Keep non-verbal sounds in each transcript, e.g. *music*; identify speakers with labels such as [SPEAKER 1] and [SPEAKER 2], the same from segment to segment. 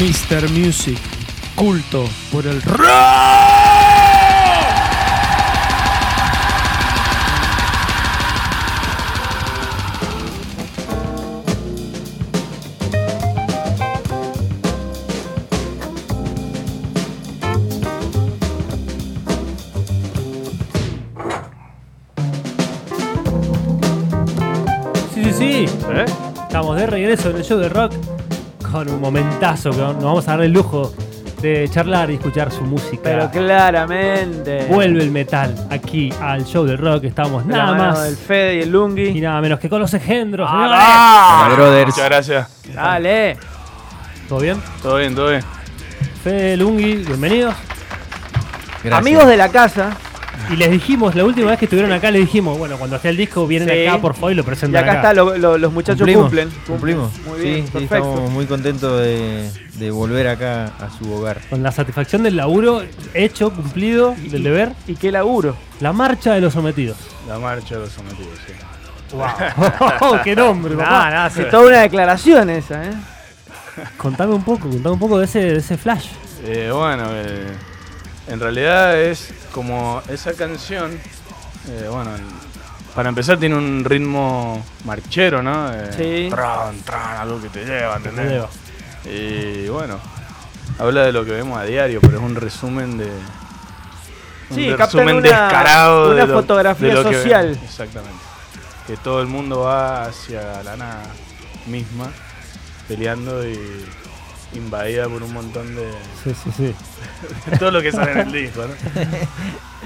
[SPEAKER 1] Mr. Music, culto por el rock.
[SPEAKER 2] Sí, sí, sí.
[SPEAKER 1] ¿Eh?
[SPEAKER 2] Estamos de regreso en el show de rock con un momentazo que nos vamos a dar el lujo de charlar y escuchar su música.
[SPEAKER 3] Pero claramente.
[SPEAKER 2] Vuelve el metal aquí al show del rock. Estamos
[SPEAKER 3] De la
[SPEAKER 2] nada
[SPEAKER 3] mano
[SPEAKER 2] más
[SPEAKER 3] del Ah, Fede y el Lungi.
[SPEAKER 2] y nada menos que con los engendros.
[SPEAKER 4] Hola, brothers.
[SPEAKER 5] Ah, Muchas gracias.
[SPEAKER 3] Dale.
[SPEAKER 2] ¿Todo bien?
[SPEAKER 5] Todo bien, todo bien.
[SPEAKER 2] Fede Lungi, bienvenidos.
[SPEAKER 4] Gracias.
[SPEAKER 3] Amigos de la casa.
[SPEAKER 2] Y les dijimos, la última vez que estuvieron acá, les dijimos, bueno, cuando esté el disco, vienen
[SPEAKER 3] Sí.
[SPEAKER 2] acá por favor y lo
[SPEAKER 3] Y
[SPEAKER 2] presentan
[SPEAKER 3] acá está, lo- lo- los muchachos
[SPEAKER 4] Cumplimos,
[SPEAKER 3] cumplen.
[SPEAKER 4] Cumplimos.
[SPEAKER 3] Muy bien,
[SPEAKER 4] Sí, sí,
[SPEAKER 3] perfecto.
[SPEAKER 4] estamos muy contentos de, de volver acá a su hogar.
[SPEAKER 2] Con la satisfacción del laburo hecho, cumplido, del deber,
[SPEAKER 3] y qué laburo.
[SPEAKER 2] la marcha de los sometidos.
[SPEAKER 5] La marcha de los sometidos, sí.
[SPEAKER 2] *laughs* ¡Wow! Oh, ¡Qué nombre, papá!
[SPEAKER 3] Nada, hace toda una declaración esa, ¿eh?
[SPEAKER 2] Contame un poco, contame un poco de ese, de ese flash.
[SPEAKER 5] Eh, bueno, eh, en realidad es como esa canción, eh, bueno, el- para empezar tiene un ritmo marchero, ¿no? Eh,
[SPEAKER 3] Sí.
[SPEAKER 5] Tran, tran, algo que te lleva, ¿entendés?
[SPEAKER 2] Te lleva.
[SPEAKER 5] Y bueno, habla de lo que vemos a diario, pero es un resumen de... Un
[SPEAKER 3] Sí, captan
[SPEAKER 5] resumen
[SPEAKER 3] una-
[SPEAKER 5] descarado
[SPEAKER 3] una
[SPEAKER 5] de lo-
[SPEAKER 3] fotografía
[SPEAKER 5] de lo que-
[SPEAKER 3] social.
[SPEAKER 5] exactamente. Que todo el mundo va hacia la nada misma, peleando y invadida por un montón de,
[SPEAKER 2] Sí, sí, sí.
[SPEAKER 5] *laughs* todo lo que sale en el disco, ¿no?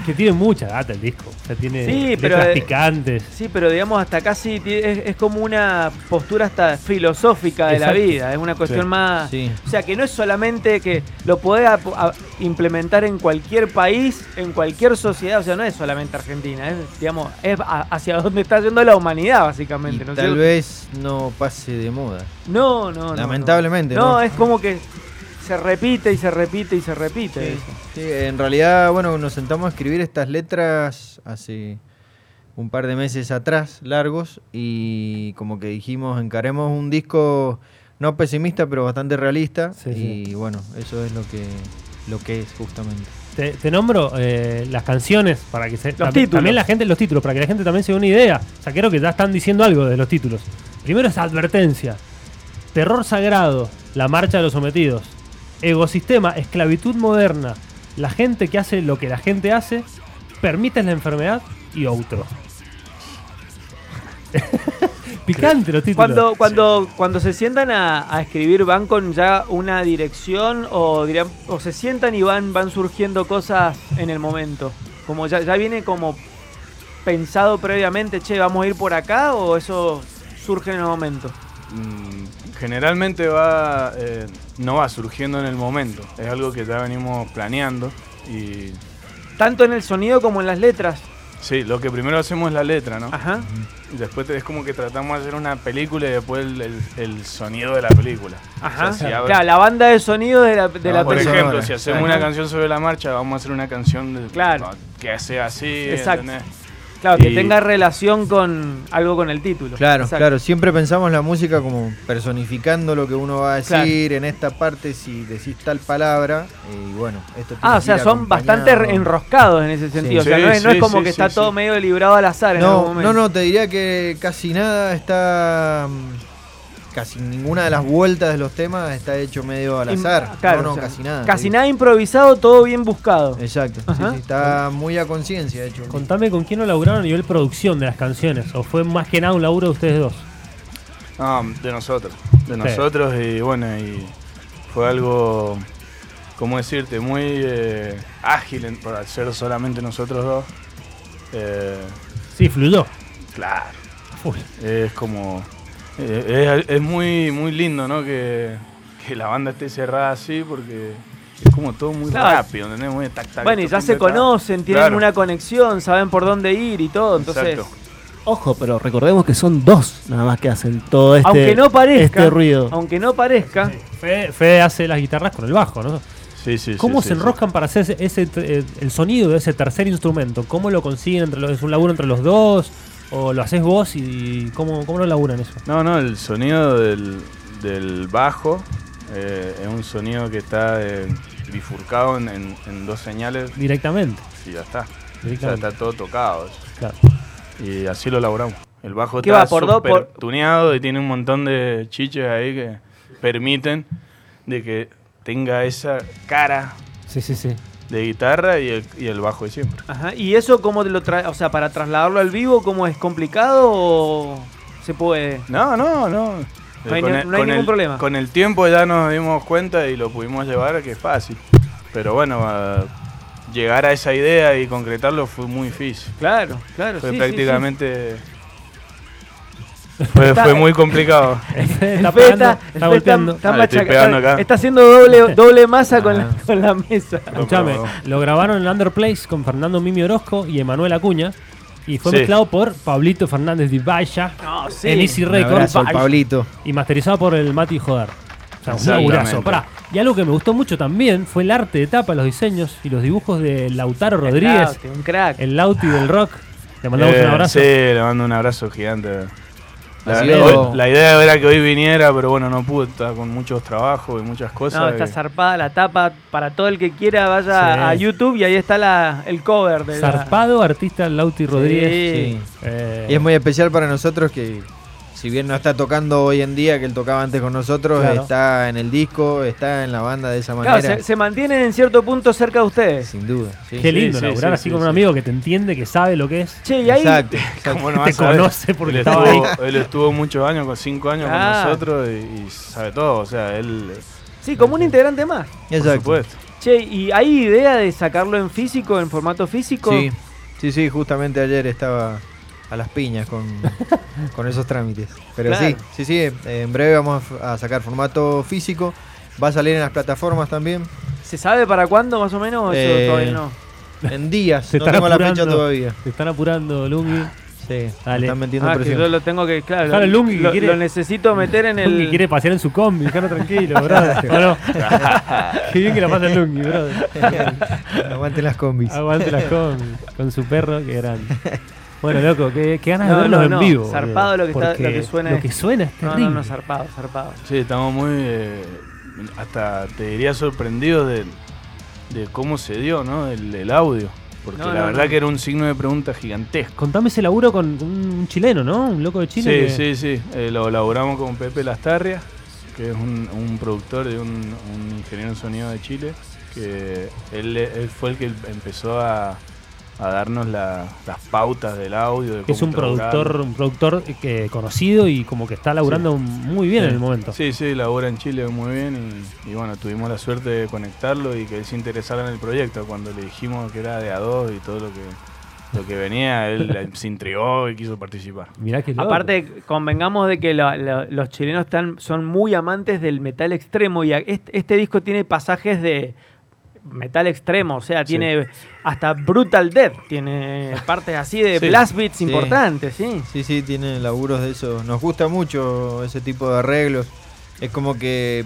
[SPEAKER 2] Que tiene mucha data el disco. O sea, tiene
[SPEAKER 3] Sí,
[SPEAKER 2] letras
[SPEAKER 3] pero, eh,
[SPEAKER 2] picantes.
[SPEAKER 3] Sí, pero digamos hasta casi ti- es, es como una postura hasta filosófica de la
[SPEAKER 2] Exacto.
[SPEAKER 3] vida, es una cuestión
[SPEAKER 5] Sí,
[SPEAKER 3] más...
[SPEAKER 4] sí.
[SPEAKER 3] O sea, que no es solamente que lo podés ap- a- implementar en cualquier país, en cualquier sociedad, o sea, no es solamente Argentina, es, digamos, es a- hacia dónde está yendo la humanidad,
[SPEAKER 4] Y
[SPEAKER 3] básicamente. ¿no es
[SPEAKER 4] tal
[SPEAKER 3] cierto?
[SPEAKER 4] vez no pase de moda.
[SPEAKER 3] No, no, no.
[SPEAKER 4] Lamentablemente,
[SPEAKER 3] No,
[SPEAKER 4] ¿no?
[SPEAKER 3] es como que se repite y se repite y se repite. eso.
[SPEAKER 4] Sí, en realidad, bueno, nos sentamos a escribir estas letras hace un par de meses atrás, largos, y como que dijimos, encaremos un disco no pesimista, pero bastante realista.
[SPEAKER 2] Sí,
[SPEAKER 4] y
[SPEAKER 2] sí.
[SPEAKER 4] bueno, eso es lo que, lo que es justamente.
[SPEAKER 2] Te, te nombro eh, las canciones para que se. tam-
[SPEAKER 3] títulos.
[SPEAKER 2] También la gente, los títulos, para que la gente también se dé una idea. O sea, creo que ya están diciendo algo de los títulos. Primero es advertencia. Terror sagrado, la marcha de los sometidos. Egosistema, esclavitud moderna. La gente que hace lo que la gente hace, permites la enfermedad y otro. *laughs* Picante los títulos.
[SPEAKER 3] Cuando, cuando, cuando se sientan a, a escribir, ¿van con ya una dirección o dirán, o se sientan y van, van surgiendo cosas en el momento? Como ya, ya viene como pensado previamente, che, ¿vamos a ir por acá o eso surge en el momento?
[SPEAKER 5] Mm, Generalmente va, eh, no va surgiendo en el momento, es algo que ya venimos planeando y
[SPEAKER 3] Tanto en el sonido como en las letras.
[SPEAKER 5] sí, lo que primero hacemos es la letra, ¿no?
[SPEAKER 3] Ajá.
[SPEAKER 5] Y Después te- es como que tratamos de hacer una película y después el, el- el sonido de la película.
[SPEAKER 3] Ajá.
[SPEAKER 5] O sea, si Mm-hmm. abre- Ah,
[SPEAKER 3] claro, la banda de sonido de la, de
[SPEAKER 4] No,
[SPEAKER 3] la persona.
[SPEAKER 5] Por
[SPEAKER 4] persona.
[SPEAKER 5] ejemplo, si hacemos
[SPEAKER 4] Ajá.
[SPEAKER 5] una canción sobre la marcha, vamos a hacer una canción de-
[SPEAKER 3] Claro.
[SPEAKER 5] que sea así.
[SPEAKER 3] Exacto.
[SPEAKER 5] ¿entendés?
[SPEAKER 3] Claro, que
[SPEAKER 5] y-
[SPEAKER 3] tenga relación con algo con el título.
[SPEAKER 4] Claro,
[SPEAKER 3] Exacto.
[SPEAKER 4] claro, siempre pensamos la música como personificando lo que uno va a decir en esta parte si decís tal palabra eh, y bueno, esto tiene
[SPEAKER 3] Ah, o
[SPEAKER 4] que
[SPEAKER 3] sea,
[SPEAKER 4] ir
[SPEAKER 3] son bastante
[SPEAKER 4] acompañado.
[SPEAKER 3] re- enroscados en ese sentido.
[SPEAKER 5] Sí.
[SPEAKER 3] o sea, no
[SPEAKER 5] Sí,
[SPEAKER 3] es, no es
[SPEAKER 5] sí,
[SPEAKER 3] como
[SPEAKER 5] sí,
[SPEAKER 3] que
[SPEAKER 5] sí,
[SPEAKER 3] está
[SPEAKER 5] sí.
[SPEAKER 3] todo medio librado al azar en algún
[SPEAKER 4] No,
[SPEAKER 3] momento.
[SPEAKER 4] no, no, te diría que casi nada está mm, casi ninguna de las vueltas de los temas está hecho medio al
[SPEAKER 3] Im-
[SPEAKER 4] azar.
[SPEAKER 3] claro,
[SPEAKER 4] no, no,
[SPEAKER 3] o sea,
[SPEAKER 4] casi nada. Eh,
[SPEAKER 3] Casi
[SPEAKER 4] te
[SPEAKER 3] nada improvisado, todo bien buscado.
[SPEAKER 4] digo. Exacto. sí,
[SPEAKER 3] Ajá.
[SPEAKER 4] sí, está muy a conciencia, de hecho.
[SPEAKER 2] Contame con quién lo laburaron a nivel producción de las canciones. ¿O fue más que nada un laburo de ustedes dos?
[SPEAKER 5] Ah, de nosotros. De nosotros y bueno, y fue algo, ¿cómo decirte? Muy eh, ágil en- para ser solamente nosotros dos. Eh,
[SPEAKER 2] Sí, fluyó.
[SPEAKER 5] claro,
[SPEAKER 2] Full.
[SPEAKER 5] es como... eh, es es muy, muy lindo, ¿no? Que, que la banda esté cerrada así porque es como todo muy
[SPEAKER 3] Claro.
[SPEAKER 5] rápido, ¿entendés? Muy tac, tac,
[SPEAKER 3] Bueno, y
[SPEAKER 5] esto,
[SPEAKER 3] ya
[SPEAKER 5] pim,
[SPEAKER 3] se
[SPEAKER 5] tac, tac.
[SPEAKER 3] conocen, tienen
[SPEAKER 5] Claro,
[SPEAKER 3] una conexión, saben por dónde ir y todo. Entonces,
[SPEAKER 5] Exacto.
[SPEAKER 6] Ojo, pero recordemos que son dos nada más que hacen todo este,
[SPEAKER 3] aunque no parezca,
[SPEAKER 6] este ruido.
[SPEAKER 3] aunque no parezca,
[SPEAKER 2] Fede, Fede hace las guitarras con el bajo, ¿no?
[SPEAKER 5] Sí, sí, sí,
[SPEAKER 2] ¿Cómo
[SPEAKER 5] sí,
[SPEAKER 2] se
[SPEAKER 5] sí.
[SPEAKER 2] enroscan para hacer ese, ese te- eh, el sonido de ese tercer instrumento? ¿Cómo lo consiguen? Entre los, ¿Es un laburo entre los dos? ¿O lo haces vos? ¿Y cómo, cómo lo laburan eso?
[SPEAKER 5] No, no, el sonido del, del bajo Eh, es un sonido que está eh, bifurcado en, en- en dos señales
[SPEAKER 2] Directamente.
[SPEAKER 5] y ya está. O sea,
[SPEAKER 2] directamente.
[SPEAKER 5] está todo tocado. eso.
[SPEAKER 2] Claro.
[SPEAKER 5] Y así lo elaboramos. El bajo
[SPEAKER 3] ¿Qué
[SPEAKER 5] está
[SPEAKER 3] va, por dos,
[SPEAKER 5] súper
[SPEAKER 3] por-
[SPEAKER 5] tuneado y tiene un montón de chiches ahí que permiten de que tenga esa cara
[SPEAKER 2] Sí, sí, sí.
[SPEAKER 5] de guitarra y el, y el bajo de siempre.
[SPEAKER 3] Ajá. ¿Y eso cómo te lo trae? O sea, para trasladarlo al vivo, ¿cómo es complicado o se puede?
[SPEAKER 5] No, no, no.
[SPEAKER 3] No hay
[SPEAKER 5] Con
[SPEAKER 3] ni-
[SPEAKER 5] el-
[SPEAKER 3] no hay
[SPEAKER 5] con el-
[SPEAKER 3] ningún problema.
[SPEAKER 5] Con el tiempo ya nos dimos cuenta y lo pudimos llevar a que es fácil. Pero bueno, a llegar a esa idea y concretarlo fue muy difícil.
[SPEAKER 3] Claro, claro.
[SPEAKER 5] Fue
[SPEAKER 3] sí, sí, sí.
[SPEAKER 5] prácticamente. Fue, fue muy complicado.
[SPEAKER 2] *laughs* está
[SPEAKER 3] El Fede
[SPEAKER 2] pegando, está
[SPEAKER 3] está, el Fede está-
[SPEAKER 2] golpeando.
[SPEAKER 3] está
[SPEAKER 5] Ah, le estoy
[SPEAKER 3] machaca-
[SPEAKER 5] pegando
[SPEAKER 3] está-
[SPEAKER 5] acá.
[SPEAKER 3] está haciendo *laughs* doble, doble masa con, la, con la mesa.
[SPEAKER 2] Escuchame,
[SPEAKER 5] No, no,
[SPEAKER 2] lo grabaron en Underplace con Fernando Mimi Orozco y Emanuel Acuña. Y fue
[SPEAKER 5] Sí.
[SPEAKER 2] mezclado por Pablito Fernández de Valla
[SPEAKER 3] No, sí.
[SPEAKER 2] en Easy
[SPEAKER 4] Un
[SPEAKER 2] Records.
[SPEAKER 4] abrazo al Pablito.
[SPEAKER 2] y masterizado por el Mati Joder. O sea, un
[SPEAKER 5] Exactamente.
[SPEAKER 2] laburazo. Pará, Y algo que me gustó mucho también fue el arte de tapa, los diseños y los dibujos de Lautaro Rodríguez,
[SPEAKER 3] Clauti, Un crack.
[SPEAKER 2] el Lauti del rock. Le mandamos
[SPEAKER 5] Eh,
[SPEAKER 2] un abrazo.
[SPEAKER 5] Sí, le mando un abrazo gigante. La,
[SPEAKER 4] Así
[SPEAKER 5] verdad,
[SPEAKER 4] es.
[SPEAKER 5] hoy- la idea era que hoy viniera, pero bueno, no pude, estaba con muchos trabajos y muchas cosas.
[SPEAKER 3] No, está
[SPEAKER 5] que-
[SPEAKER 3] zarpada la tapa. Para todo el que quiera, vaya
[SPEAKER 2] Sí.
[SPEAKER 3] a YouTube y ahí está la, el cover de la-
[SPEAKER 2] Zarpado artista Lauti Rodríguez.
[SPEAKER 3] Sí.
[SPEAKER 4] Sí.
[SPEAKER 2] Eh,
[SPEAKER 4] Y es muy especial para nosotros que, si bien no está tocando hoy en día, que él tocaba antes con nosotros,
[SPEAKER 2] Claro.
[SPEAKER 4] está en el disco, está en la banda de esa manera.
[SPEAKER 3] Claro, se, se mantienen en cierto punto cerca de ustedes.
[SPEAKER 4] Sin duda. sí.
[SPEAKER 2] Qué lindo
[SPEAKER 5] sí,
[SPEAKER 2] laburar
[SPEAKER 5] sí,
[SPEAKER 2] así
[SPEAKER 5] sí,
[SPEAKER 2] con un
[SPEAKER 5] sí.
[SPEAKER 2] amigo que te entiende, que sabe lo que es.
[SPEAKER 3] Che, y ahí. *laughs*
[SPEAKER 4] Exacto. exacto.
[SPEAKER 5] ¿Cómo no
[SPEAKER 2] Te
[SPEAKER 5] vas a ver?
[SPEAKER 2] conoce porque
[SPEAKER 5] él
[SPEAKER 2] estaba
[SPEAKER 5] estuvo, Él estuvo muchos años, con cinco años
[SPEAKER 3] Ah.
[SPEAKER 5] con nosotros y, y sabe todo. O sea, él.
[SPEAKER 3] Sí, como un integrante más.
[SPEAKER 5] Por
[SPEAKER 4] Exacto.
[SPEAKER 5] supuesto.
[SPEAKER 3] Che, ¿y hay idea de sacarlo en físico, en formato físico?
[SPEAKER 4] Sí, sí, sí, justamente ayer estaba a las piñas
[SPEAKER 3] *laughs*
[SPEAKER 4] con, con esos trámites. Pero
[SPEAKER 3] Claro.
[SPEAKER 4] sí, sí, sí, eh, en breve vamos a sacar formato físico. Va a salir en las plataformas también.
[SPEAKER 3] ¿Se sabe para cuándo más o menos? o Eso
[SPEAKER 4] Eh,
[SPEAKER 3] todavía no.
[SPEAKER 4] En días,
[SPEAKER 2] Se
[SPEAKER 4] no
[SPEAKER 2] están
[SPEAKER 4] tengo la fecha
[SPEAKER 2] apurando.
[SPEAKER 4] todavía.
[SPEAKER 2] Te están apurando, Lungi.
[SPEAKER 4] Sí, me
[SPEAKER 2] Dale.
[SPEAKER 4] están metiendo
[SPEAKER 3] Ah, que
[SPEAKER 4] presión.
[SPEAKER 3] yo lo tengo que. Claro,
[SPEAKER 2] Claro,
[SPEAKER 3] lo,
[SPEAKER 2] el Lungi que
[SPEAKER 3] lo-
[SPEAKER 2] quiere-
[SPEAKER 3] lo necesito meter en
[SPEAKER 2] Lungi
[SPEAKER 3] el.
[SPEAKER 2] quiere pasear en su combi, déjalo tranquilo,
[SPEAKER 5] *laughs*
[SPEAKER 2] brother. ¿O no? Qué bien que la pasa el Lungi, brother.
[SPEAKER 4] Aguanten las combis.
[SPEAKER 3] Ah,
[SPEAKER 2] Aguante las con, con su perro, que eran. Bueno, loco, qué, qué ganas
[SPEAKER 3] No,
[SPEAKER 2] de verlos
[SPEAKER 3] no,
[SPEAKER 2] en
[SPEAKER 3] no,
[SPEAKER 2] vivo.
[SPEAKER 3] zarpado
[SPEAKER 2] boludo,
[SPEAKER 3] lo que está- lo
[SPEAKER 2] porque
[SPEAKER 3] que suena
[SPEAKER 2] Lo
[SPEAKER 3] es-
[SPEAKER 2] que suena es
[SPEAKER 3] No,
[SPEAKER 2] terrible.
[SPEAKER 3] no, no, zarpado, zarpado.
[SPEAKER 5] Sí, estamos muy. eh, hasta te diría sorprendidos de, de cómo se dio, ¿no? El, el audio. Porque
[SPEAKER 3] No,
[SPEAKER 5] la
[SPEAKER 3] no,
[SPEAKER 5] verdad
[SPEAKER 3] no.
[SPEAKER 5] que era un signo de pregunta gigantesco.
[SPEAKER 2] Contame ese laburo con con un chileno, ¿no? Un loco de
[SPEAKER 5] Sí,
[SPEAKER 2] Chile. que-
[SPEAKER 5] sí, sí. Eh, lo elaboramos con Pepe Lastarria, que es un, un productor de un, un ingeniero en sonido de Chile, que él, él fue el que empezó a, a darnos la- las pautas del audio. de
[SPEAKER 2] que Es
[SPEAKER 5] cómo
[SPEAKER 2] un
[SPEAKER 5] trabajar.
[SPEAKER 2] productor, un productor que, conocido y como que está laburando muy bien
[SPEAKER 5] Sí.
[SPEAKER 2] en el momento.
[SPEAKER 5] Sí, sí, labora en Chile muy bien y, y bueno, tuvimos la suerte de conectarlo y que él se interesara en el proyecto. Cuando le dijimos que era de a dos y todo lo que, lo que
[SPEAKER 2] *laughs*
[SPEAKER 5] venía, él se intrigó y quiso participar.
[SPEAKER 2] Mirá que loco.
[SPEAKER 3] Aparte, convengamos de que la- la- los chilenos están, son muy amantes del metal extremo y a- este, este disco tiene pasajes de metal extremo, o sea, tiene hasta Brutal Death, tiene partes así de
[SPEAKER 5] Sí.
[SPEAKER 3] blast beats
[SPEAKER 4] Sí.
[SPEAKER 3] importantes, sí.
[SPEAKER 4] Sí, sí, tiene laburos de esos. Nos gusta mucho ese tipo de arreglos. Es como que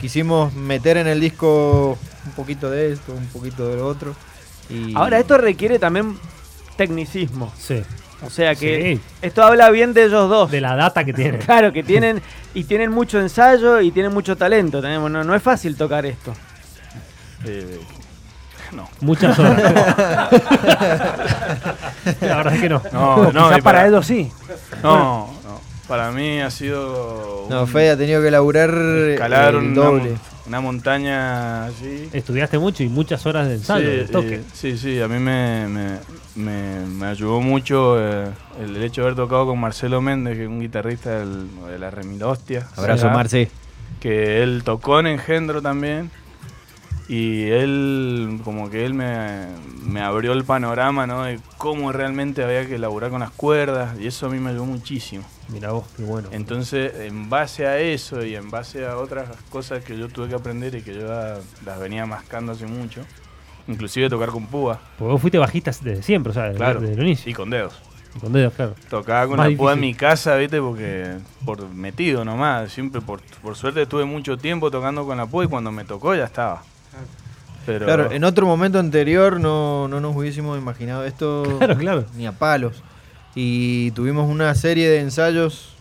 [SPEAKER 4] quisimos meter en el disco un poquito de esto, un poquito de lo otro. Y
[SPEAKER 3] Ahora, esto requiere también tecnicismo,
[SPEAKER 2] Sí.
[SPEAKER 3] o sea que
[SPEAKER 2] Sí.
[SPEAKER 3] esto habla bien de ellos dos.
[SPEAKER 2] De la data que tiene.
[SPEAKER 3] *laughs* Claro, que tienen y tienen mucho ensayo y tienen mucho talento, tenemos, no, no es fácil tocar esto.
[SPEAKER 5] Eh, no.
[SPEAKER 2] Muchas
[SPEAKER 3] *laughs*
[SPEAKER 2] horas. la verdad es que no.
[SPEAKER 5] No, no,
[SPEAKER 2] Quizá
[SPEAKER 5] y para-
[SPEAKER 2] ellos sí.
[SPEAKER 5] No, no. Para mí ha sido.
[SPEAKER 4] No,
[SPEAKER 5] un-
[SPEAKER 4] Fede ha tenido que laburar
[SPEAKER 5] escalar
[SPEAKER 4] el
[SPEAKER 5] una,
[SPEAKER 4] doble.
[SPEAKER 5] mon- una montaña así.
[SPEAKER 2] Estudiaste mucho y muchas horas de ensayo, de
[SPEAKER 5] Sí,
[SPEAKER 2] toque.
[SPEAKER 5] eh, sí, sí, a mí me, me- me- me ayudó mucho eh, el hecho de haber tocado con Marcelo Méndez, que es un guitarrista del- de la Remilostia.
[SPEAKER 4] Abrazo,
[SPEAKER 5] ¿verdad?
[SPEAKER 4] Marce.
[SPEAKER 5] Que él tocó en Engendro también. Y él, como que él me, me abrió el panorama, ¿no? De cómo realmente había que laburar con las cuerdas. Y eso a mí me ayudó muchísimo.
[SPEAKER 2] Mira vos, qué bueno.
[SPEAKER 5] Entonces, en base a eso y en base a otras cosas que yo tuve que aprender y que yo la- las venía mascando hace mucho, inclusive tocar con púa,
[SPEAKER 2] Porque vos fuiste bajista desde siempre, o sea, desde-
[SPEAKER 5] Claro.
[SPEAKER 2] desde el inicio.
[SPEAKER 5] y con dedos.
[SPEAKER 2] Con dedos, claro.
[SPEAKER 5] Tocaba con
[SPEAKER 2] Más
[SPEAKER 5] la púa en
[SPEAKER 2] difícil.
[SPEAKER 5] mi casa, ¿viste? Porque por metido nomás, siempre por, por suerte estuve mucho tiempo tocando con la púa y cuando me tocó ya estaba. Pero
[SPEAKER 4] Claro, en otro momento anterior no, no nos hubiésemos imaginado esto
[SPEAKER 2] *laughs* Claro, claro.
[SPEAKER 4] ni a palos. Y tuvimos una serie de ensayos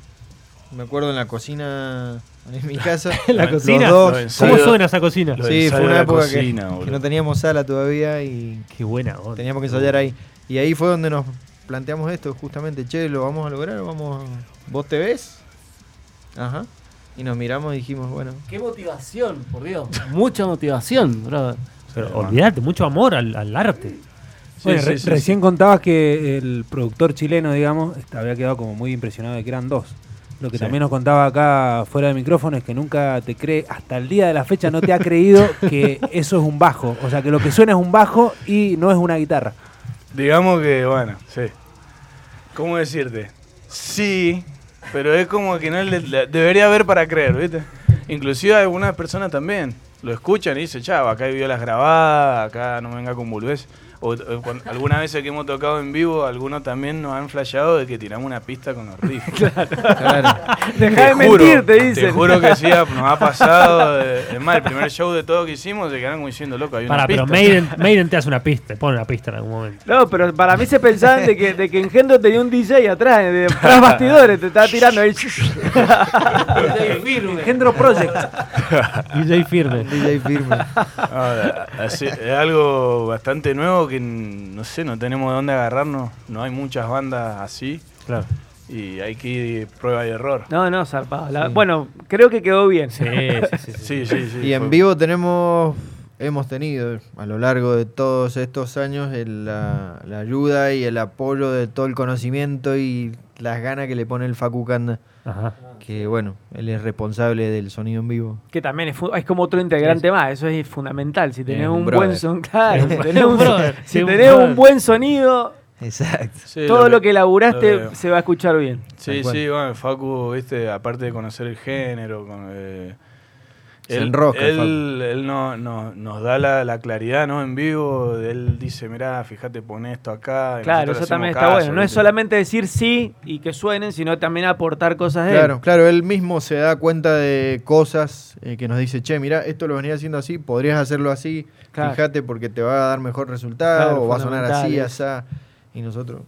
[SPEAKER 4] me acuerdo en la cocina,
[SPEAKER 2] *laughs*
[SPEAKER 4] en mi casa.
[SPEAKER 2] En la
[SPEAKER 5] Los
[SPEAKER 2] cocina.
[SPEAKER 4] dos.
[SPEAKER 5] Los
[SPEAKER 2] ¿Cómo
[SPEAKER 5] ensayos-
[SPEAKER 2] suena esa cocina?
[SPEAKER 5] Lo
[SPEAKER 4] sí,
[SPEAKER 5] ensayo
[SPEAKER 4] fue
[SPEAKER 5] de
[SPEAKER 4] una
[SPEAKER 5] la
[SPEAKER 4] época que-
[SPEAKER 5] cocina,
[SPEAKER 4] que,
[SPEAKER 5] boludo.
[SPEAKER 4] no teníamos sala todavía y
[SPEAKER 2] Qué buena onda.
[SPEAKER 4] teníamos que ensayar ahí. Y ahí fue donde nos planteamos esto, justamente, che, ¿lo vamos a lograr? o Vamos a- ¿Vos te ves? Ajá. Y nos miramos y
[SPEAKER 5] *laughs*
[SPEAKER 4] dijimos, bueno,
[SPEAKER 6] Qué motivación, por Dios. Mucha motivación, brother.
[SPEAKER 2] Pero olvídate, mucho amor al, al arte.
[SPEAKER 7] Bueno,
[SPEAKER 5] sí,
[SPEAKER 7] re-
[SPEAKER 5] sí,
[SPEAKER 7] recién contabas que el productor chileno, digamos, este, había quedado como muy impresionado de que eran dos. Lo que
[SPEAKER 5] Sí.
[SPEAKER 7] también nos contaba acá fuera de micrófono es que nunca te cree, hasta el día de la fecha no te ha creído que eso es un bajo. O sea, que lo que suena es un bajo y no es una guitarra.
[SPEAKER 5] Digamos que, bueno, sí. ¿Cómo decirte? Sí, pero es como que no le- le- debería haber para creer, ¿viste? Inclusive algunas personas también lo escuchan y dicen, chavo, acá hay violas grabadas, acá no venga con bulbes. O, o cuan- algunas veces que hemos tocado en vivo, algunos también nos han flasheado de que tiramos una pista con los riffs.
[SPEAKER 3] *laughs*
[SPEAKER 4] claro.
[SPEAKER 3] Deja de
[SPEAKER 5] juro,
[SPEAKER 3] mentir, te dicen.
[SPEAKER 5] Te juro que sí, ha- nos ha pasado.
[SPEAKER 3] *laughs*
[SPEAKER 5] eh, Es más, el primer show de todo que hicimos se quedaron como diciendo, loco, hay una
[SPEAKER 2] Pará,
[SPEAKER 5] pista.
[SPEAKER 2] pero Maiden, Maiden te hace una pista, te pone una pista en algún
[SPEAKER 3] *laughs*
[SPEAKER 2] momento.
[SPEAKER 3] No, pero para mí se pensaban de que, de que Engendro tenía un DJ atrás, de de atrás bastidores, te estaba
[SPEAKER 2] *laughs*
[SPEAKER 3] tirando ahí.
[SPEAKER 7] Engendro Project.
[SPEAKER 2] DJ firme.
[SPEAKER 4] DJ firme.
[SPEAKER 5] Ahora, así- es algo bastante nuevo que n- no sé, no tenemos de dónde agarrarnos. No hay muchas bandas así
[SPEAKER 2] *laughs* Claro.
[SPEAKER 5] y hay que ir prueba y error.
[SPEAKER 3] No, no, zarpado. La- Bueno, creo que quedó bien.
[SPEAKER 2] Sí, sí, sí. sí.
[SPEAKER 5] Sí, sí, sí.
[SPEAKER 4] Y en
[SPEAKER 5] fue-
[SPEAKER 4] vivo tenemos, hemos tenido a lo largo de todos estos años el, la, la ayuda y el apoyo de todo el conocimiento y las ganas que le pone el Facu Canda,
[SPEAKER 2] Ajá.
[SPEAKER 5] Ah,
[SPEAKER 4] que bueno, él es responsable del sonido en vivo.
[SPEAKER 3] Que también es, fu- es como otro integrante más, eso es fundamental. Si tenés
[SPEAKER 4] Es un
[SPEAKER 3] un,
[SPEAKER 4] brother.
[SPEAKER 3] buen sonido, claro, si
[SPEAKER 2] Es un
[SPEAKER 3] tenés, un,
[SPEAKER 2] brother,
[SPEAKER 3] si
[SPEAKER 2] es un
[SPEAKER 3] tenés
[SPEAKER 2] brother.
[SPEAKER 3] un buen sonido,
[SPEAKER 4] Exacto.
[SPEAKER 5] Sí,
[SPEAKER 3] todo lo que
[SPEAKER 5] lo
[SPEAKER 3] laburaste
[SPEAKER 5] veo.
[SPEAKER 3] se va a escuchar bien.
[SPEAKER 5] Sí,
[SPEAKER 4] Tal cual.
[SPEAKER 5] sí, bueno, Facu, viste, aparte de conocer el género, con, eh,
[SPEAKER 4] Se enrosca el
[SPEAKER 5] él, él no, no- nos da la, la claridad, ¿no? En vivo, él dice, mirá, fíjate, pon esto acá. y
[SPEAKER 3] Claro,
[SPEAKER 5] nosotros
[SPEAKER 3] eso
[SPEAKER 5] hacemos
[SPEAKER 3] también está
[SPEAKER 5] caso,
[SPEAKER 3] bueno. No es
[SPEAKER 5] ¿viste?
[SPEAKER 3] solamente decir sí y que suenen, sino también aportar cosas de él.
[SPEAKER 4] Claro, claro, él mismo se da cuenta de cosas eh, que nos dice, che, mira, esto lo venía haciendo así, podrías hacerlo así,
[SPEAKER 3] Claro.
[SPEAKER 4] fíjate porque te va a dar mejor resultado,
[SPEAKER 3] Claro,
[SPEAKER 4] o va a sonar así,
[SPEAKER 3] fundamentales.
[SPEAKER 4] asá. Y nosotros,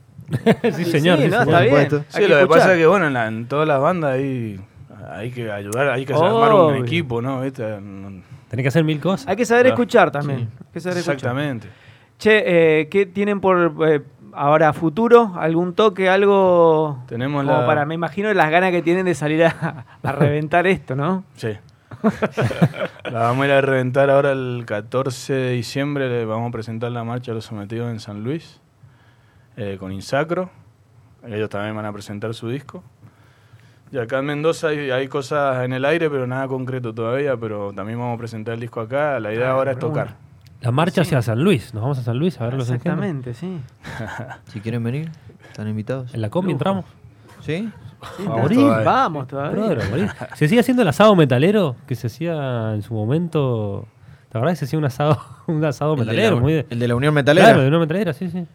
[SPEAKER 2] Sí, señor.
[SPEAKER 3] Sí,
[SPEAKER 2] sí,
[SPEAKER 3] no,
[SPEAKER 2] señor.
[SPEAKER 3] está bien.
[SPEAKER 4] supuesto.
[SPEAKER 3] Hay
[SPEAKER 5] Sí, lo que pasa
[SPEAKER 3] escuchar.
[SPEAKER 5] es que, bueno, en, la- en todas las bandas hay, hay que ayudar, hay que
[SPEAKER 3] Obvio.
[SPEAKER 5] armar un equipo, ¿no? ¿Viste? No-
[SPEAKER 2] Tenés que hacer mil cosas.
[SPEAKER 3] Hay que saber
[SPEAKER 5] Claro.
[SPEAKER 3] escuchar también. Hay que saber escuchar.
[SPEAKER 5] Exactamente.
[SPEAKER 3] Che, eh, ¿qué tienen por eh, ahora futuro? ¿Algún toque? ¿Algo?
[SPEAKER 5] Tenemos
[SPEAKER 3] como
[SPEAKER 5] la-
[SPEAKER 3] para, me imagino, las ganas que tienen de salir a,
[SPEAKER 5] *laughs*
[SPEAKER 3] a reventar esto, ¿no?
[SPEAKER 5] Sí. *laughs* la vamos a ir a reventar ahora el 14 de diciembre, le vamos a presentar la marcha a los sometidos en San Luis, eh, con Insacro. Ellos también van a presentar su disco. Y acá en Mendoza hay, hay cosas en el aire, pero nada concreto todavía, pero también vamos a presentar el disco acá. La
[SPEAKER 3] Ah,
[SPEAKER 5] idea ahora es tocar.
[SPEAKER 2] La marcha hacia San Luis. Nos vamos a San Luis a ver los engendros.
[SPEAKER 3] Exactamente, sí.
[SPEAKER 4] si quieren venir, están invitados.
[SPEAKER 2] En la combi
[SPEAKER 3] Lujo.
[SPEAKER 2] entramos.
[SPEAKER 4] ¿Sí?
[SPEAKER 5] Vamos
[SPEAKER 3] Morir,
[SPEAKER 4] eh.
[SPEAKER 5] todavía.
[SPEAKER 3] Vamos todavía.
[SPEAKER 2] Brother, a morir. Se sigue haciendo el asado metalero que se hacía en su momento. La verdad que se hacía un asado, *laughs* un asado
[SPEAKER 4] El de, la,
[SPEAKER 2] metalero. Muy de,
[SPEAKER 4] el de la Unión Metalera.
[SPEAKER 2] Claro, de una metalera, sí, sí.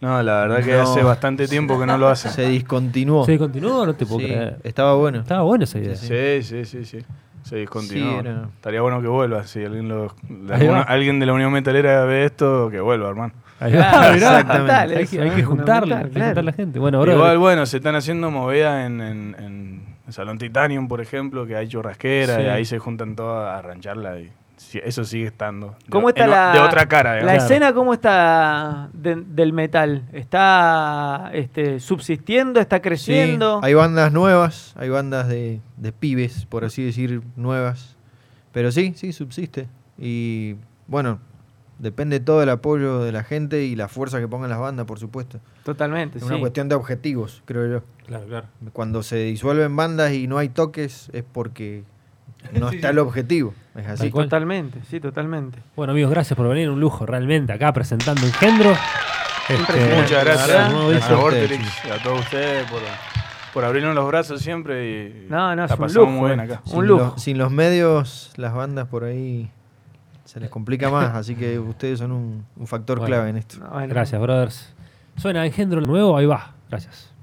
[SPEAKER 5] No, la verdad que
[SPEAKER 4] No.
[SPEAKER 5] hace bastante tiempo que no lo hacen.
[SPEAKER 4] Se discontinuó.
[SPEAKER 2] Se continuó, no te puedo
[SPEAKER 4] Sí,
[SPEAKER 2] creer.
[SPEAKER 4] estaba bueno.
[SPEAKER 2] Estaba buena esa idea.
[SPEAKER 5] Sí, sí, sí, sí. Se
[SPEAKER 4] Sí,
[SPEAKER 5] discontinuó.
[SPEAKER 4] era-
[SPEAKER 5] Estaría bueno que vuelva. Si alguien, lo-
[SPEAKER 2] va.
[SPEAKER 5] alguna- alguien de la Unión Metalera ve esto, que vuelva, hermano.
[SPEAKER 2] *laughs* Ahí va, mirá.
[SPEAKER 3] Claro,
[SPEAKER 4] exactamente.
[SPEAKER 2] Hay
[SPEAKER 3] fundamental,
[SPEAKER 2] que-
[SPEAKER 3] eso,
[SPEAKER 2] hay que
[SPEAKER 3] ¿no?
[SPEAKER 2] juntarla, hay que
[SPEAKER 3] Fundamental,
[SPEAKER 2] juntar la
[SPEAKER 3] claro.
[SPEAKER 2] gente. Bueno, eh, brother.
[SPEAKER 5] Igual, bueno, se están haciendo movidas en, en- en el Salón Titanium, por ejemplo, que hay churrasquera
[SPEAKER 2] Sí.
[SPEAKER 5] y ahí se juntan todas a rancharla. Y si- eso sigue estando. De-
[SPEAKER 3] ¿Cómo está
[SPEAKER 5] en o-
[SPEAKER 3] la,
[SPEAKER 5] De otra cara,
[SPEAKER 3] la
[SPEAKER 5] digamos.
[SPEAKER 3] escena? ¿Cómo está de- del metal? ¿Está este, subsistiendo? ¿Está
[SPEAKER 4] Sí,
[SPEAKER 3] creciendo?
[SPEAKER 4] hay bandas nuevas, hay bandas de, de pibes, por así decir, nuevas. Pero sí, sí, subsiste. Y bueno, depende todo el apoyo de la gente y la fuerza que pongan las bandas, por supuesto.
[SPEAKER 3] Totalmente,
[SPEAKER 4] Es
[SPEAKER 3] sí.
[SPEAKER 4] una cuestión de objetivos, creo
[SPEAKER 2] Claro, claro.
[SPEAKER 4] yo. Cuando se disuelven bandas y no hay toques es porque no está el objetivo. Es así.
[SPEAKER 2] Tal cual.
[SPEAKER 3] Totalmente, sí, totalmente.
[SPEAKER 2] Bueno, amigos, gracias por venir. Un lujo realmente acá presentando Engendro. Este,
[SPEAKER 3] Impresionante.
[SPEAKER 5] Muchas gracias,
[SPEAKER 4] Gracias. Gracias a
[SPEAKER 5] a
[SPEAKER 4] ustedes,
[SPEAKER 5] Vorterix y a todos ustedes por, por abrirnos los brazos siempre. Y
[SPEAKER 3] No, no,
[SPEAKER 5] la
[SPEAKER 3] es un
[SPEAKER 5] pasamos
[SPEAKER 3] lujo
[SPEAKER 5] muy bien
[SPEAKER 3] esto.
[SPEAKER 5] acá.
[SPEAKER 4] Sin
[SPEAKER 3] un lujo.
[SPEAKER 4] los- sin los medios, las bandas por ahí se les complica más, así que ustedes son un, un factor
[SPEAKER 2] Bueno.
[SPEAKER 4] clave en esto.
[SPEAKER 3] No, Ah, bueno.
[SPEAKER 2] Gracias, brothers. Suena Engendro nuevo, ahí va. Gracias.